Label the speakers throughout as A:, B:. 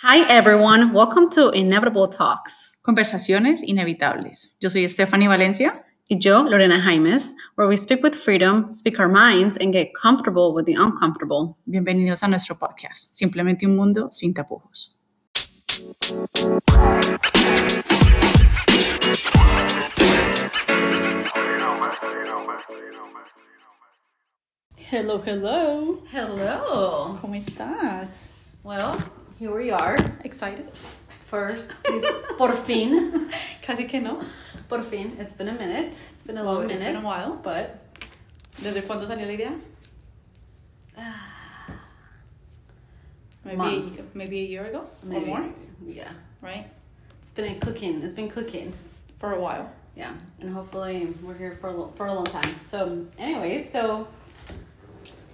A: Hi, everyone. Welcome to Inevitable Talks.
B: Conversaciones inevitables. Yo soy Stephanie Valencia.
A: Y yo, Lorena Jaimes, where we speak with freedom, speak our minds, and get comfortable with the uncomfortable.
B: Bienvenidos a nuestro podcast, Simplemente un Mundo sin tapujos. Hello, hello.
A: Hello.
B: ¿Cómo estás?
A: Well, here we are.
B: Excited.
A: First, por fin.
B: Casi que no.
A: Por fin. It's been a minute. It's been a
B: Oh,
A: long
B: it's been a
A: minute.
B: while.
A: But
B: ¿Desde cuándo salió la idea? Maybe,
A: Ah. Month.
B: maybe a year ago
A: maybe.
B: or more,
A: Yeah.
B: right?
A: It's been cooking. It's been cooking.
B: For a while.
A: Yeah. And hopefully we're here for a, lo- for a long time. So, anyways, so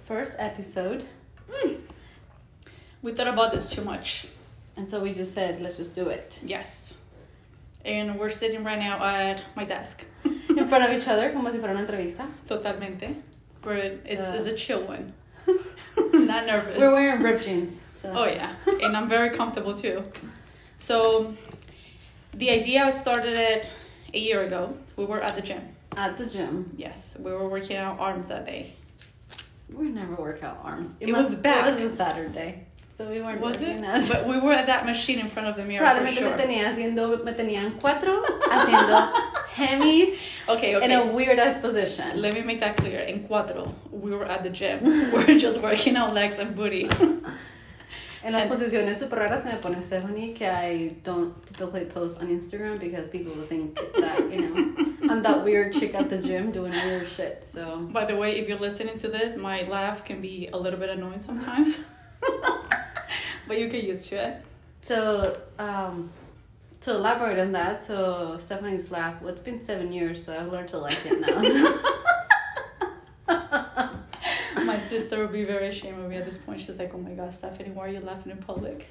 A: first episode.
B: We thought about this too much.
A: And so we just said, let's just do it.
B: Yes. And we're sitting right now at my desk.
A: In front of each other, como si fuera una entrevista.
B: Totalmente. But it's,
A: Yeah.
B: it's a chill one. Not nervous.
A: Uh. We're wearing ripped jeans. So.
B: Oh yeah, and I'm very comfortable too. So, the idea started it a year ago. We were at the gym.
A: At the gym.
B: Yes, we were working out arms that day.
A: We never work out arms.
B: It was back.
A: It was a Saturday. So we weren't
B: Was it?
A: working out.
B: But we were at that machine in front of the mirror for
A: Probablemente me,
B: sure.
A: tenía haciendo, me tenían cuatro haciendo hemis
B: Okay,
A: in a
B: okay.
A: weird ass position.
B: Let me make that clear. In cuatro, we were at the gym. we're just working out legs and booty.
A: En las
B: and-
A: posiciones super raras que me pone Stephanie que I don't typically post on Instagram because people will think that, you know, I'm that weird chick at the gym doing weird shit. So
B: By the way, if you're listening to this, my laugh can be a little bit annoying sometimes. but you get used to it.
A: So, um, to elaborate on that, so Stephanie's laugh. Well, it's been seven years, so I've learned to like it now.
B: My sister would be very ashamed of me at this point. She's like, oh my god, Stephanie, why are you laughing in public?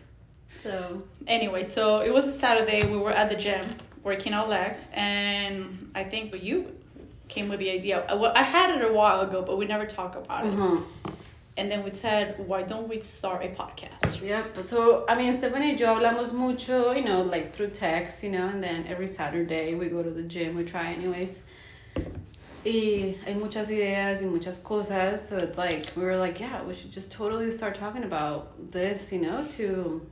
A: so,
B: Anyway, so it was a Saturday. We were at the gym working out legs, and I think you came with the idea. I- Well, I had it a while ago, but we never talk about it.
A: uh-huh.
B: And then we said, why don't we start a podcast?
A: yep. So, I mean, Stephanie and yo hablamos mucho, you know, like through text, you know, and then every Saturday we go to the gym, we try, anyways. Y hay muchas ideas y muchas cosas, so it's like, we were like, yeah, we should just totally start talking about this, you know, to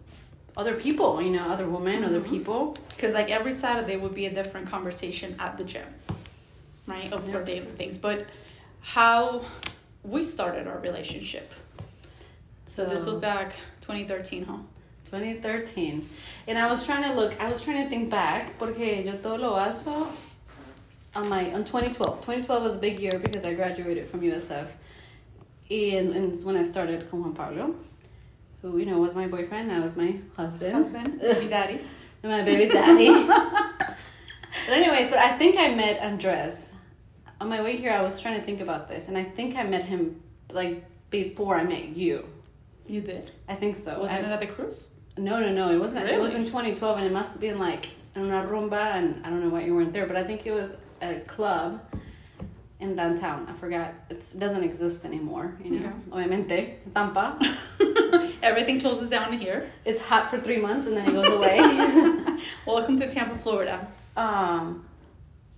A: other people, you know, other women, other people.
B: Because like every Saturday would be a different conversation at the gym, right? Of our daily things, but how we started our relationship. So this was
A: So-
B: back 2013, huh?
A: 2013. And I was trying to look, I was trying to think back, porque yo todo lo baso on my, on 2012. 2012 was a big year because I graduated from USF. And, and it's when I started con Juan Pablo, who, you know, was my boyfriend, now is my husband.
B: Husband,
A: Ugh,
B: baby daddy.
A: and my baby daddy. but anyways, but I think I met Andres. On my way here, I was trying to think about this, and I think I met him, like, before I met you.
B: You did.
A: I think so.
B: Wasn't
A: I-
B: it at the cruise?
A: no, no, no. It wasn't. It was
B: Really?
A: in 2012, and it must have been like in una rumba, and I don't know why you weren't there, but I think it was a club in downtown. I forgot. It's, it doesn't exist anymore. You know, obviamente, Tampa.
B: Everything closes down here.
A: It's hot for three months, and then it goes away.
B: Welcome to Tampa, Florida.
A: um,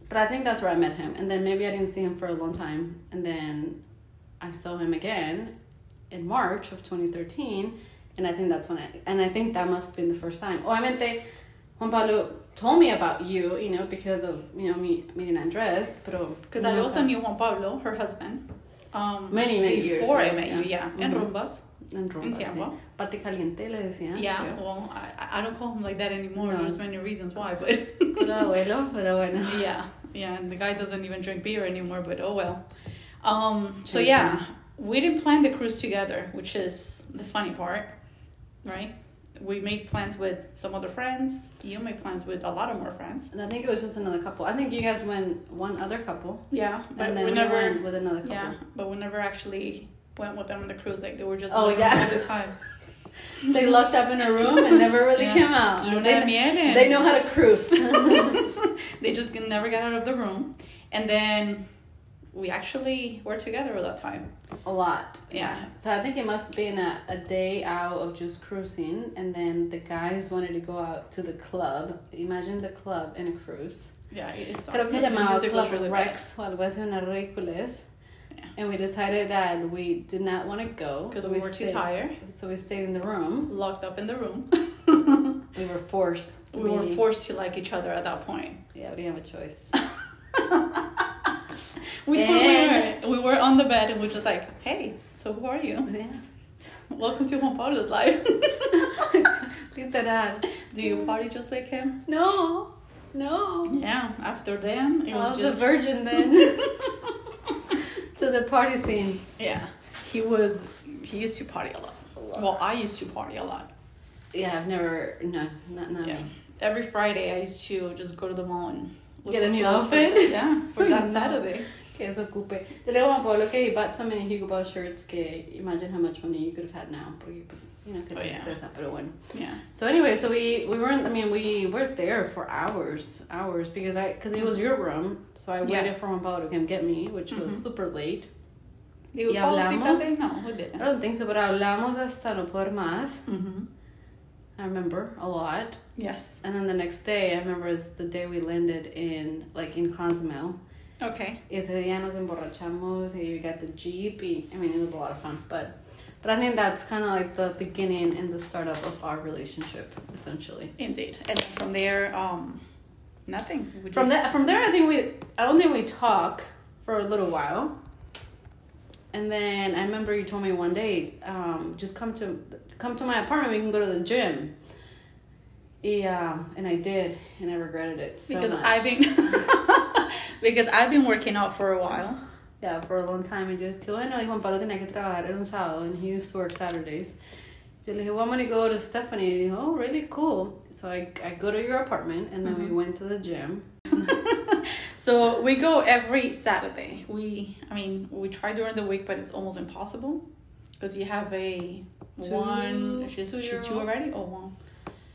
A: but I think that's where I met him, and then maybe I didn't see him for a long time, and then I saw him again in March of 2013, and I think that's when I and I think that must have been the first time. Obviamente, Juan Pablo told me about you, you know, because of you know me meeting Andres, pero
B: Because I also knew Juan Pablo, her husband. Um,
A: Many, many years
B: before I
A: ago,
B: met
A: yeah.
B: you, yeah. And
A: Mhm.
B: rumbas.
A: en Roma,
B: en
A: sí.
B: Tiambo.
A: Pati caliente le decía.
B: Yeah,
A: creo.
B: well, I, I- I don't call him like that anymore.
A: No.
B: There's many reasons why, but
A: Pero abuelo, pero bueno.
B: yeah, yeah. And the guy doesn't even drink beer anymore, but oh well. Um, so yeah, we didn't plan the cruise together, which is the funny part, right? We made plans with some other friends. You made plans with a lot of more friends.
A: And I think it was just another couple. I think you guys went one other couple,
B: Yeah, but
A: and then
B: we
A: we
B: never.
A: went with another couple.
B: Yeah, but we never actually went with them on the cruise. Like they were just
A: Oh,
B: living
A: yeah.
B: all the time.
A: They locked up in a room and never really
B: Yeah.
A: came out.
B: Luna
A: Uh-huh. they,
B: de miel. and-
A: they know how to cruise.
B: They just never got out of the room, and then we actually were together all that time.
A: A lot.
B: Yeah.
A: So I think it must have been a, a day out of just cruising, and then the guys wanted to go out to the club. Imagine the club and a cruise.
B: Yeah, it- it's
A: Creo que
B: the
A: llamaba
B: music was
A: Club
B: really bad.
A: Rex o algo así, una ridiculous.
B: Yeah.
A: And we decided that we did not want to go.
B: Because
A: so
B: we were too
A: stayed-
B: tired,
A: So we stayed in the room.
B: locked up in the room.
A: We were forced to
B: we were
A: be-
B: forced to like each other at that point.
A: Yeah, we didn't have a choice.
B: We totally
A: And-
B: were. We were on the bed and we are just like, hey, so who are you?
A: yeah.
B: Welcome to Juan Pablo's life.
A: Literal.
B: Do you party just like him?
A: No. No.
B: Yeah. After them, it
A: I was
B: was
A: a
B: just
A: virgin then. to the party scene.
B: yeah. He was. He used to party a lot. Well, I used to party a lot.
A: Yeah, I've never. No, not, not
B: Yeah.
A: me.
B: Every Friday, I used to just go to the mall and look
A: Get a
B: for
A: new
B: clothes for-
A: outfit?
B: yeah, for that
A: No.
B: Saturday.
A: Que se ocupe. Yo le digo a Juan Pablo que he bought so many Hugo Boss shirts que imagine how much money you could have had now. Porque, pues, you know, que
B: Oh, yeah.
A: tristeza, pero bueno.
B: Yeah.
A: So anyway, so we we weren't. I mean, we were there for hours, hours because I because it was your room, so I waited
B: Yes.
A: for Juan Pablo to come get me, which
B: Mhm.
A: was super late.
B: Did we
A: Y
B: fall asleep that
A: hablamos.
B: day? No, we
A: I
B: didn't.
A: don't think so, but hablamos hasta no poder más.
B: Mm-hmm.
A: I remember a lot,
B: Yes.
A: and then the next day, I remember it's the day we landed in like in Cozumel.
B: Okay.
A: Ese día nos emborrachamos, and we got the jeep. y- I mean, it was a lot of fun, but but I think that's kind of like the beginning and the startup of our relationship, essentially.
B: Indeed. And then from there, um, nothing. We
A: From
B: just-
A: that, from there, I think we, I don't think we talk for a little while. And then I remember you told me one day, um, just come to, come to my apartment. We can go to the gym. Yeah, and I did, and I regretted it so
B: because
A: much.
B: I've been because I've been working out for a while.
A: yeah for a long time. And just que bueno, y Juan Pablo tenía que trabajar en un sábado, and he used to work Saturdays. Yo le dije, well, I'm gonna go to Stephanie. Y dijo, oh, really cool. So I, I go to your apartment, and then we went to the gym.
B: So we go every Saturday. We I mean we try during the week, but it's almost impossible because you have a
A: Two-
B: one. She's she's two
A: two-year-old.
B: already. Oh, one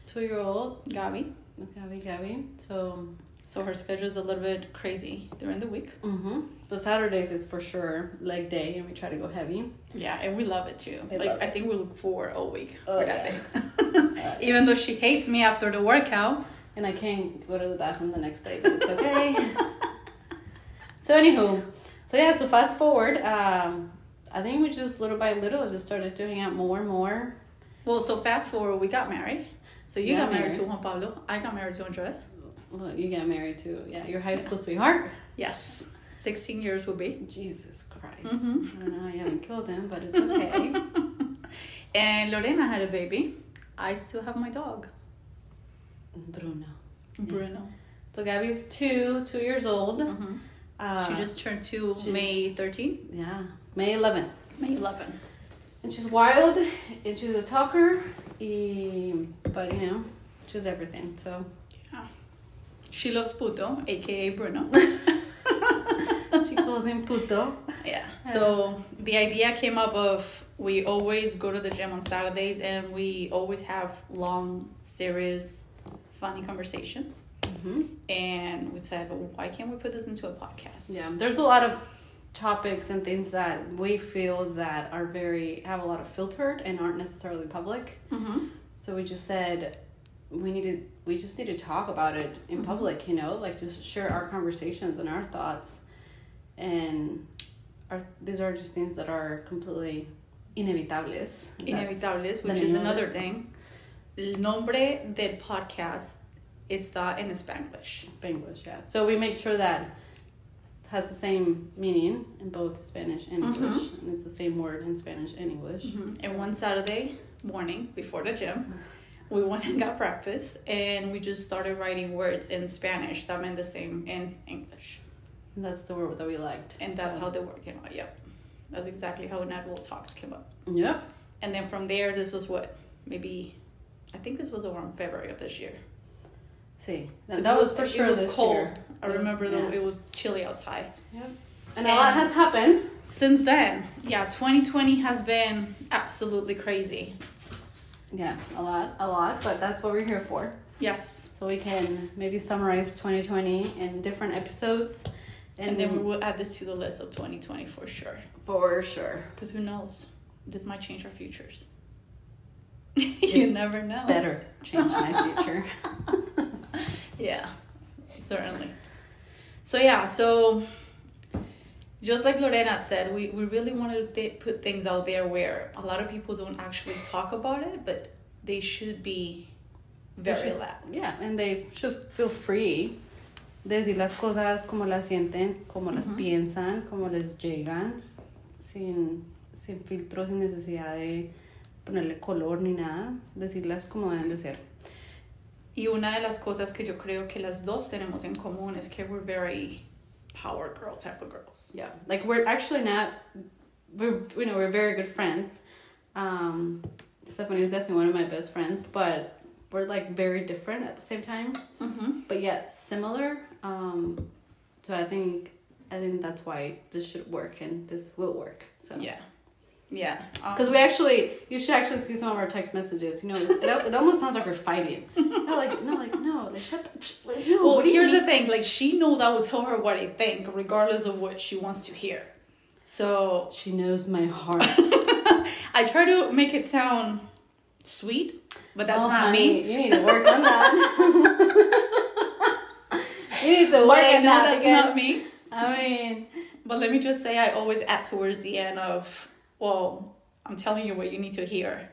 A: Two year old,
B: Gabby.
A: Gabby, Gabby. So
B: So her schedule is a little bit crazy during the week.
A: Mm-hmm. But Saturdays is for sure leg day, and we try to go heavy.
B: Yeah, and we love it too.
A: We
B: like
A: love
B: I
A: it.
B: think we look forward all week
A: Oh,
B: for that
A: yeah.
B: day. Even though she hates me after the workout.
A: And I can't go to the bathroom the next day, but it's okay. so anywho, so yeah, so fast forward. Um, I think we just little by little just started to hang out more and more.
B: Well, so fast forward, we got married. So you
A: Yeah,
B: got married,
A: married.
B: to Juan Pablo. I got married to Andres.
A: Well, you got married to yeah your high school sweetheart.
B: Yes, sixteen years will be.
A: Jesus Christ!
B: Mhm.
A: I don't know. Mm-hmm. I haven't killed him, but it's okay.
B: And Lorena had a baby. I still have my dog,
A: Bruno.
B: Bruno.
A: So Gabby's two, two years old.
B: Mhm.
A: Uh,
B: she just turned two
A: she's-
B: May 13,
A: yeah May 11th.
B: May 11.
A: And she's wild, and she's a talker, y- but you know, she's everything. So
B: She loves Puto, aka Bruno.
A: she calls him puto.
B: yeah. So the idea came up of we always go to the gym on Saturdays and we always have long, serious, funny conversations.
A: hmm
B: And we said, why can't we put this into a podcast?
A: Yeah, there's a lot of topics and things that we feel that are very have a lot of filtered and aren't necessarily public.
B: Mm-hmm.
A: So we just said we need to we just need to talk about it in
B: Mhm.
A: public. You know, like just share our conversations and our thoughts, and our these are just things that are completely inevitables.
B: Inevitables, which is another thing. El nombre del podcast está en Spanish.
A: Spanglish, yeah. So we make sure that has the same meaning in both Spanish and
B: Mhm.
A: English, and it's the same word in Spanish and English.
B: Mm-hmm. And one Saturday morning before the gym, we went and got breakfast and we just started writing words in Spanish that meant the same in English.
A: And that's the word that we liked.
B: And that's
A: So-
B: how the word came out. Yep. That's exactly how Network Talks came up.
A: Yep.
B: And then from there, this was what? Maybe, I think this was around February of this year.
A: See,
B: It
A: that, that was for
B: it
A: sure
B: was
A: this
B: cold.
A: year.
B: I
A: It was-
B: remember though
A: yeah.
B: it was chilly outside.
A: And a lot
B: And-
A: has happened.
B: Since then, yeah, 2020 has been absolutely crazy.
A: Yeah, a lot, a lot, but that's what we're here for.
B: Yes.
A: So we can maybe summarize 2020 in different episodes
B: And, then we will add this to the list of 2020 for sure.
A: for sure,
B: Because who knows? This might change our futures. you never know.
A: better change my future.
B: Yeah, certainly. So yeah, so just like Lorena said, we, we really wanted to th- put things out there where a lot of people don't actually talk about it, but they should be
A: They
B: very
A: should-
B: loud.
A: Yeah, and they should feel free de decir las cosas como las sienten, como las
B: Ujú.
A: piensan, como les llegan, sin, sin filtros, sin necesidad de ponerle color ni nada, decirlas como deben de ser.
B: Y una de las cosas que yo creo que las dos tenemos en común es que we're very power girl type of girls.
A: Yeah, like we're actually not, we're, you know, we're very good friends. Um, Stephanie is definitely one of my best friends, but we're like very different at the same time.
B: Mm-hmm.
A: but yet similar. Um, so I think I think that's why this should work and this will work. So
B: Yeah. Yeah. Um,
A: Because we actually, you should actually see some of our text messages. You know, it, it almost sounds like we're fighting. No, like no, like no, like shut the. psh, what- No,
B: Well,
A: what do you
B: here's
A: mean?
B: the thing. Like, she knows I will tell her what I think, regardless of what she wants to hear. So
A: She knows my heart.
B: I try to make it sound sweet, but that's
A: Oh,
B: not
A: honey,
B: me.
A: You need to work on that. you need to
B: But
A: work
B: I
A: on
B: know
A: that
B: that's
A: because
B: not me.
A: I mean,
B: But let me just say, I always add towards the end of, well, I'm telling you what you need to hear.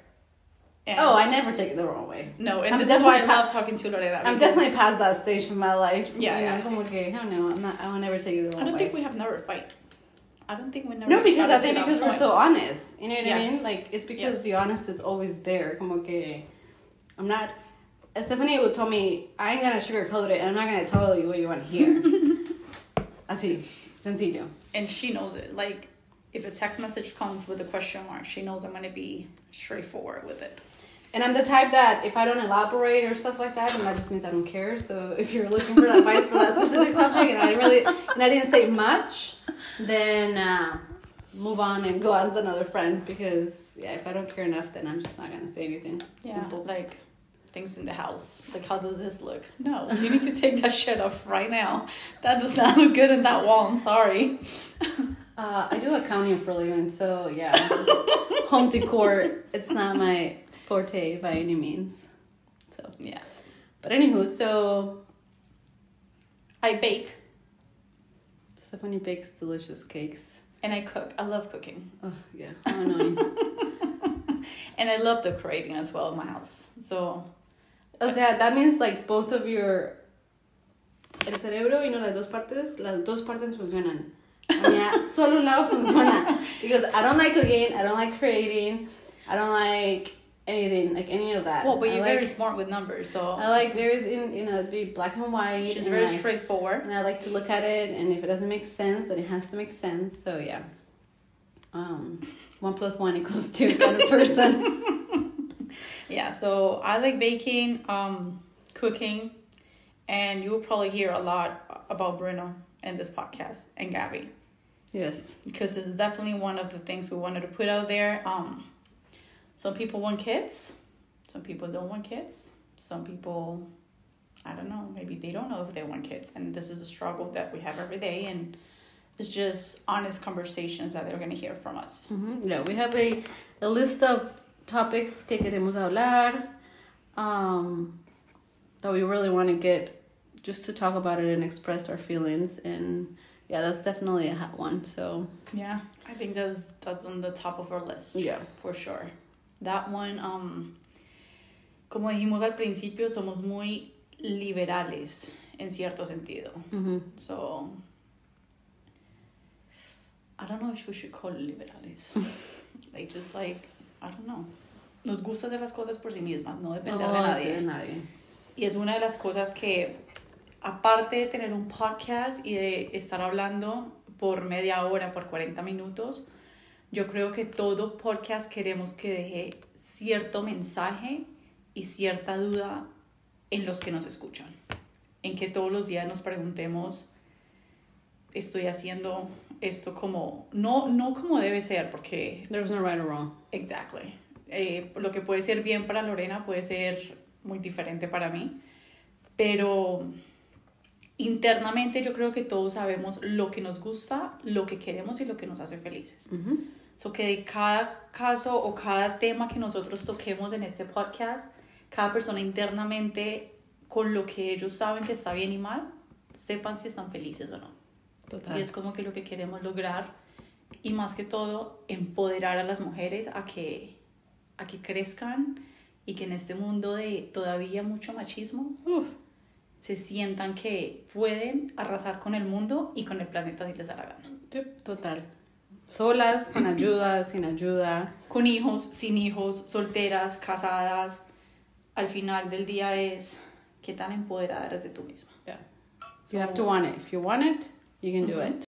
B: And
A: oh, I never take it the wrong way.
B: no, and
A: I'm
B: this is why I
A: definitely-
B: love talking to Lorena.
A: I'm
B: because
A: definitely past that stage in my life.
B: Yeah,
A: you know,
B: yeah.
A: Como que, I don't know. I'm not. I will never take it the
B: I
A: wrong
B: don't
A: way.
B: think we have never fight. I don't think we never.
A: no, because
B: got
A: I
B: to
A: think
B: that
A: because we're
B: point.
A: so honest. You know what I mean?
B: Yes.
A: Like it's because
B: Yes.
A: the honest is always there. Como que, I'm not. Stephanie would tell me I ain't gonna sugarcoat it, and I'm not gonna tell you what you want to hear. Así, sencillo.
B: and she knows it. Like, if a text message comes with a question mark, she knows I'm gonna be straightforward with it.
A: And I'm the type that if I don't elaborate or stuff like that, and that just means I don't care. So if you're looking for advice for that specific subject, and I really and I didn't say much, then uh, move on and go out as another friend because yeah, if I don't care enough, then I'm just not gonna say anything. Simple.
B: Like things in the house. Like how does this look? No, you need to take that shit off right now. That does not look good in that wall. I'm sorry.
A: Uh, I do accounting for a living, so yeah, home decor. It's not my forte by any means. So,
B: Yeah.
A: but anywho, so
B: I bake
A: Stephanie bakes delicious cakes.
B: and I cook. I love cooking.
A: Oh yeah, how annoying.
B: And I love decorating as well in my house. So
A: O sea, that means like both of your el cerebro y no las dos partes, las dos partes funcionan. La mía solo un lado funciona because I don't like cooking, I don't like creating, I don't like anything like any of that.
B: well, but
A: I
B: you're
A: like,
B: very smart with numbers,
A: I
B: so
A: like very in you know to be black and white.
B: she's
A: and
B: very
A: I,
B: straightforward.
A: and I like to look at it, and if it doesn't make sense, then it has to make sense. So yeah, um, one plus one equals two kind of person.
B: Yeah, so I like baking, um, cooking, and you will probably hear a lot about Bruno in this podcast and Gabby.
A: yes.
B: because it's definitely one of the things we wanted to put out there. Um, some people want kids, some people don't want kids, some people, I don't know, maybe they don't know if they want kids, and this is a struggle that we have every day, and it's just honest conversations that they're gonna hear from us.
A: Ujú, Yeah, we have a, a list of topics que queremos hablar, um, that we really want to get just to talk about it and express our feelings. And yeah, that's definitely a hot one. So
B: Yeah, I think that's that's on the top of our list.
A: yeah,
B: For sure. That one, um, como dijimos al principio, somos muy liberales en cierto sentido.
A: hmm
B: So I don't know if we should call it liberales. like just like I don't know. Nos gusta hacer las cosas por sí mismas, no depender de nadie. Y es una de las cosas que aparte de tener un podcast y de estar hablando por media hora, por 40 minutos, yo creo que todo podcast queremos que deje cierto mensaje y cierta duda en los que nos escuchan. En que todos los días nos preguntemos, estoy haciendo esto como, no, no como debe ser, porque
A: There's no right or wrong.
B: Exactly. Eh, lo que puede ser bien para Lorena puede ser muy diferente para mí, pero internamente yo creo que todos sabemos lo que nos gusta, lo que queremos y lo que nos hace felices.
A: Ujú.
B: So que de cada caso o cada tema que nosotros toquemos en este podcast, cada persona internamente con lo que ellos saben que está bien y mal, sepan si están felices o no.
A: Total.
B: Y es como que lo que queremos lograr y más que todo empoderar a las mujeres a que, a que crezcan y que en este mundo de todavía mucho machismo
A: Uf,
B: se sientan que pueden arrasar con el mundo y con el planeta si les da la gana.
A: yep, total. Solas, con ayuda, sin ayuda.
B: Con hijos, sin hijos, solteras, casadas, al final del día es qué tan empoderada eres de tú misma.
A: Yeah. You have to want it. If you want it, you can do it.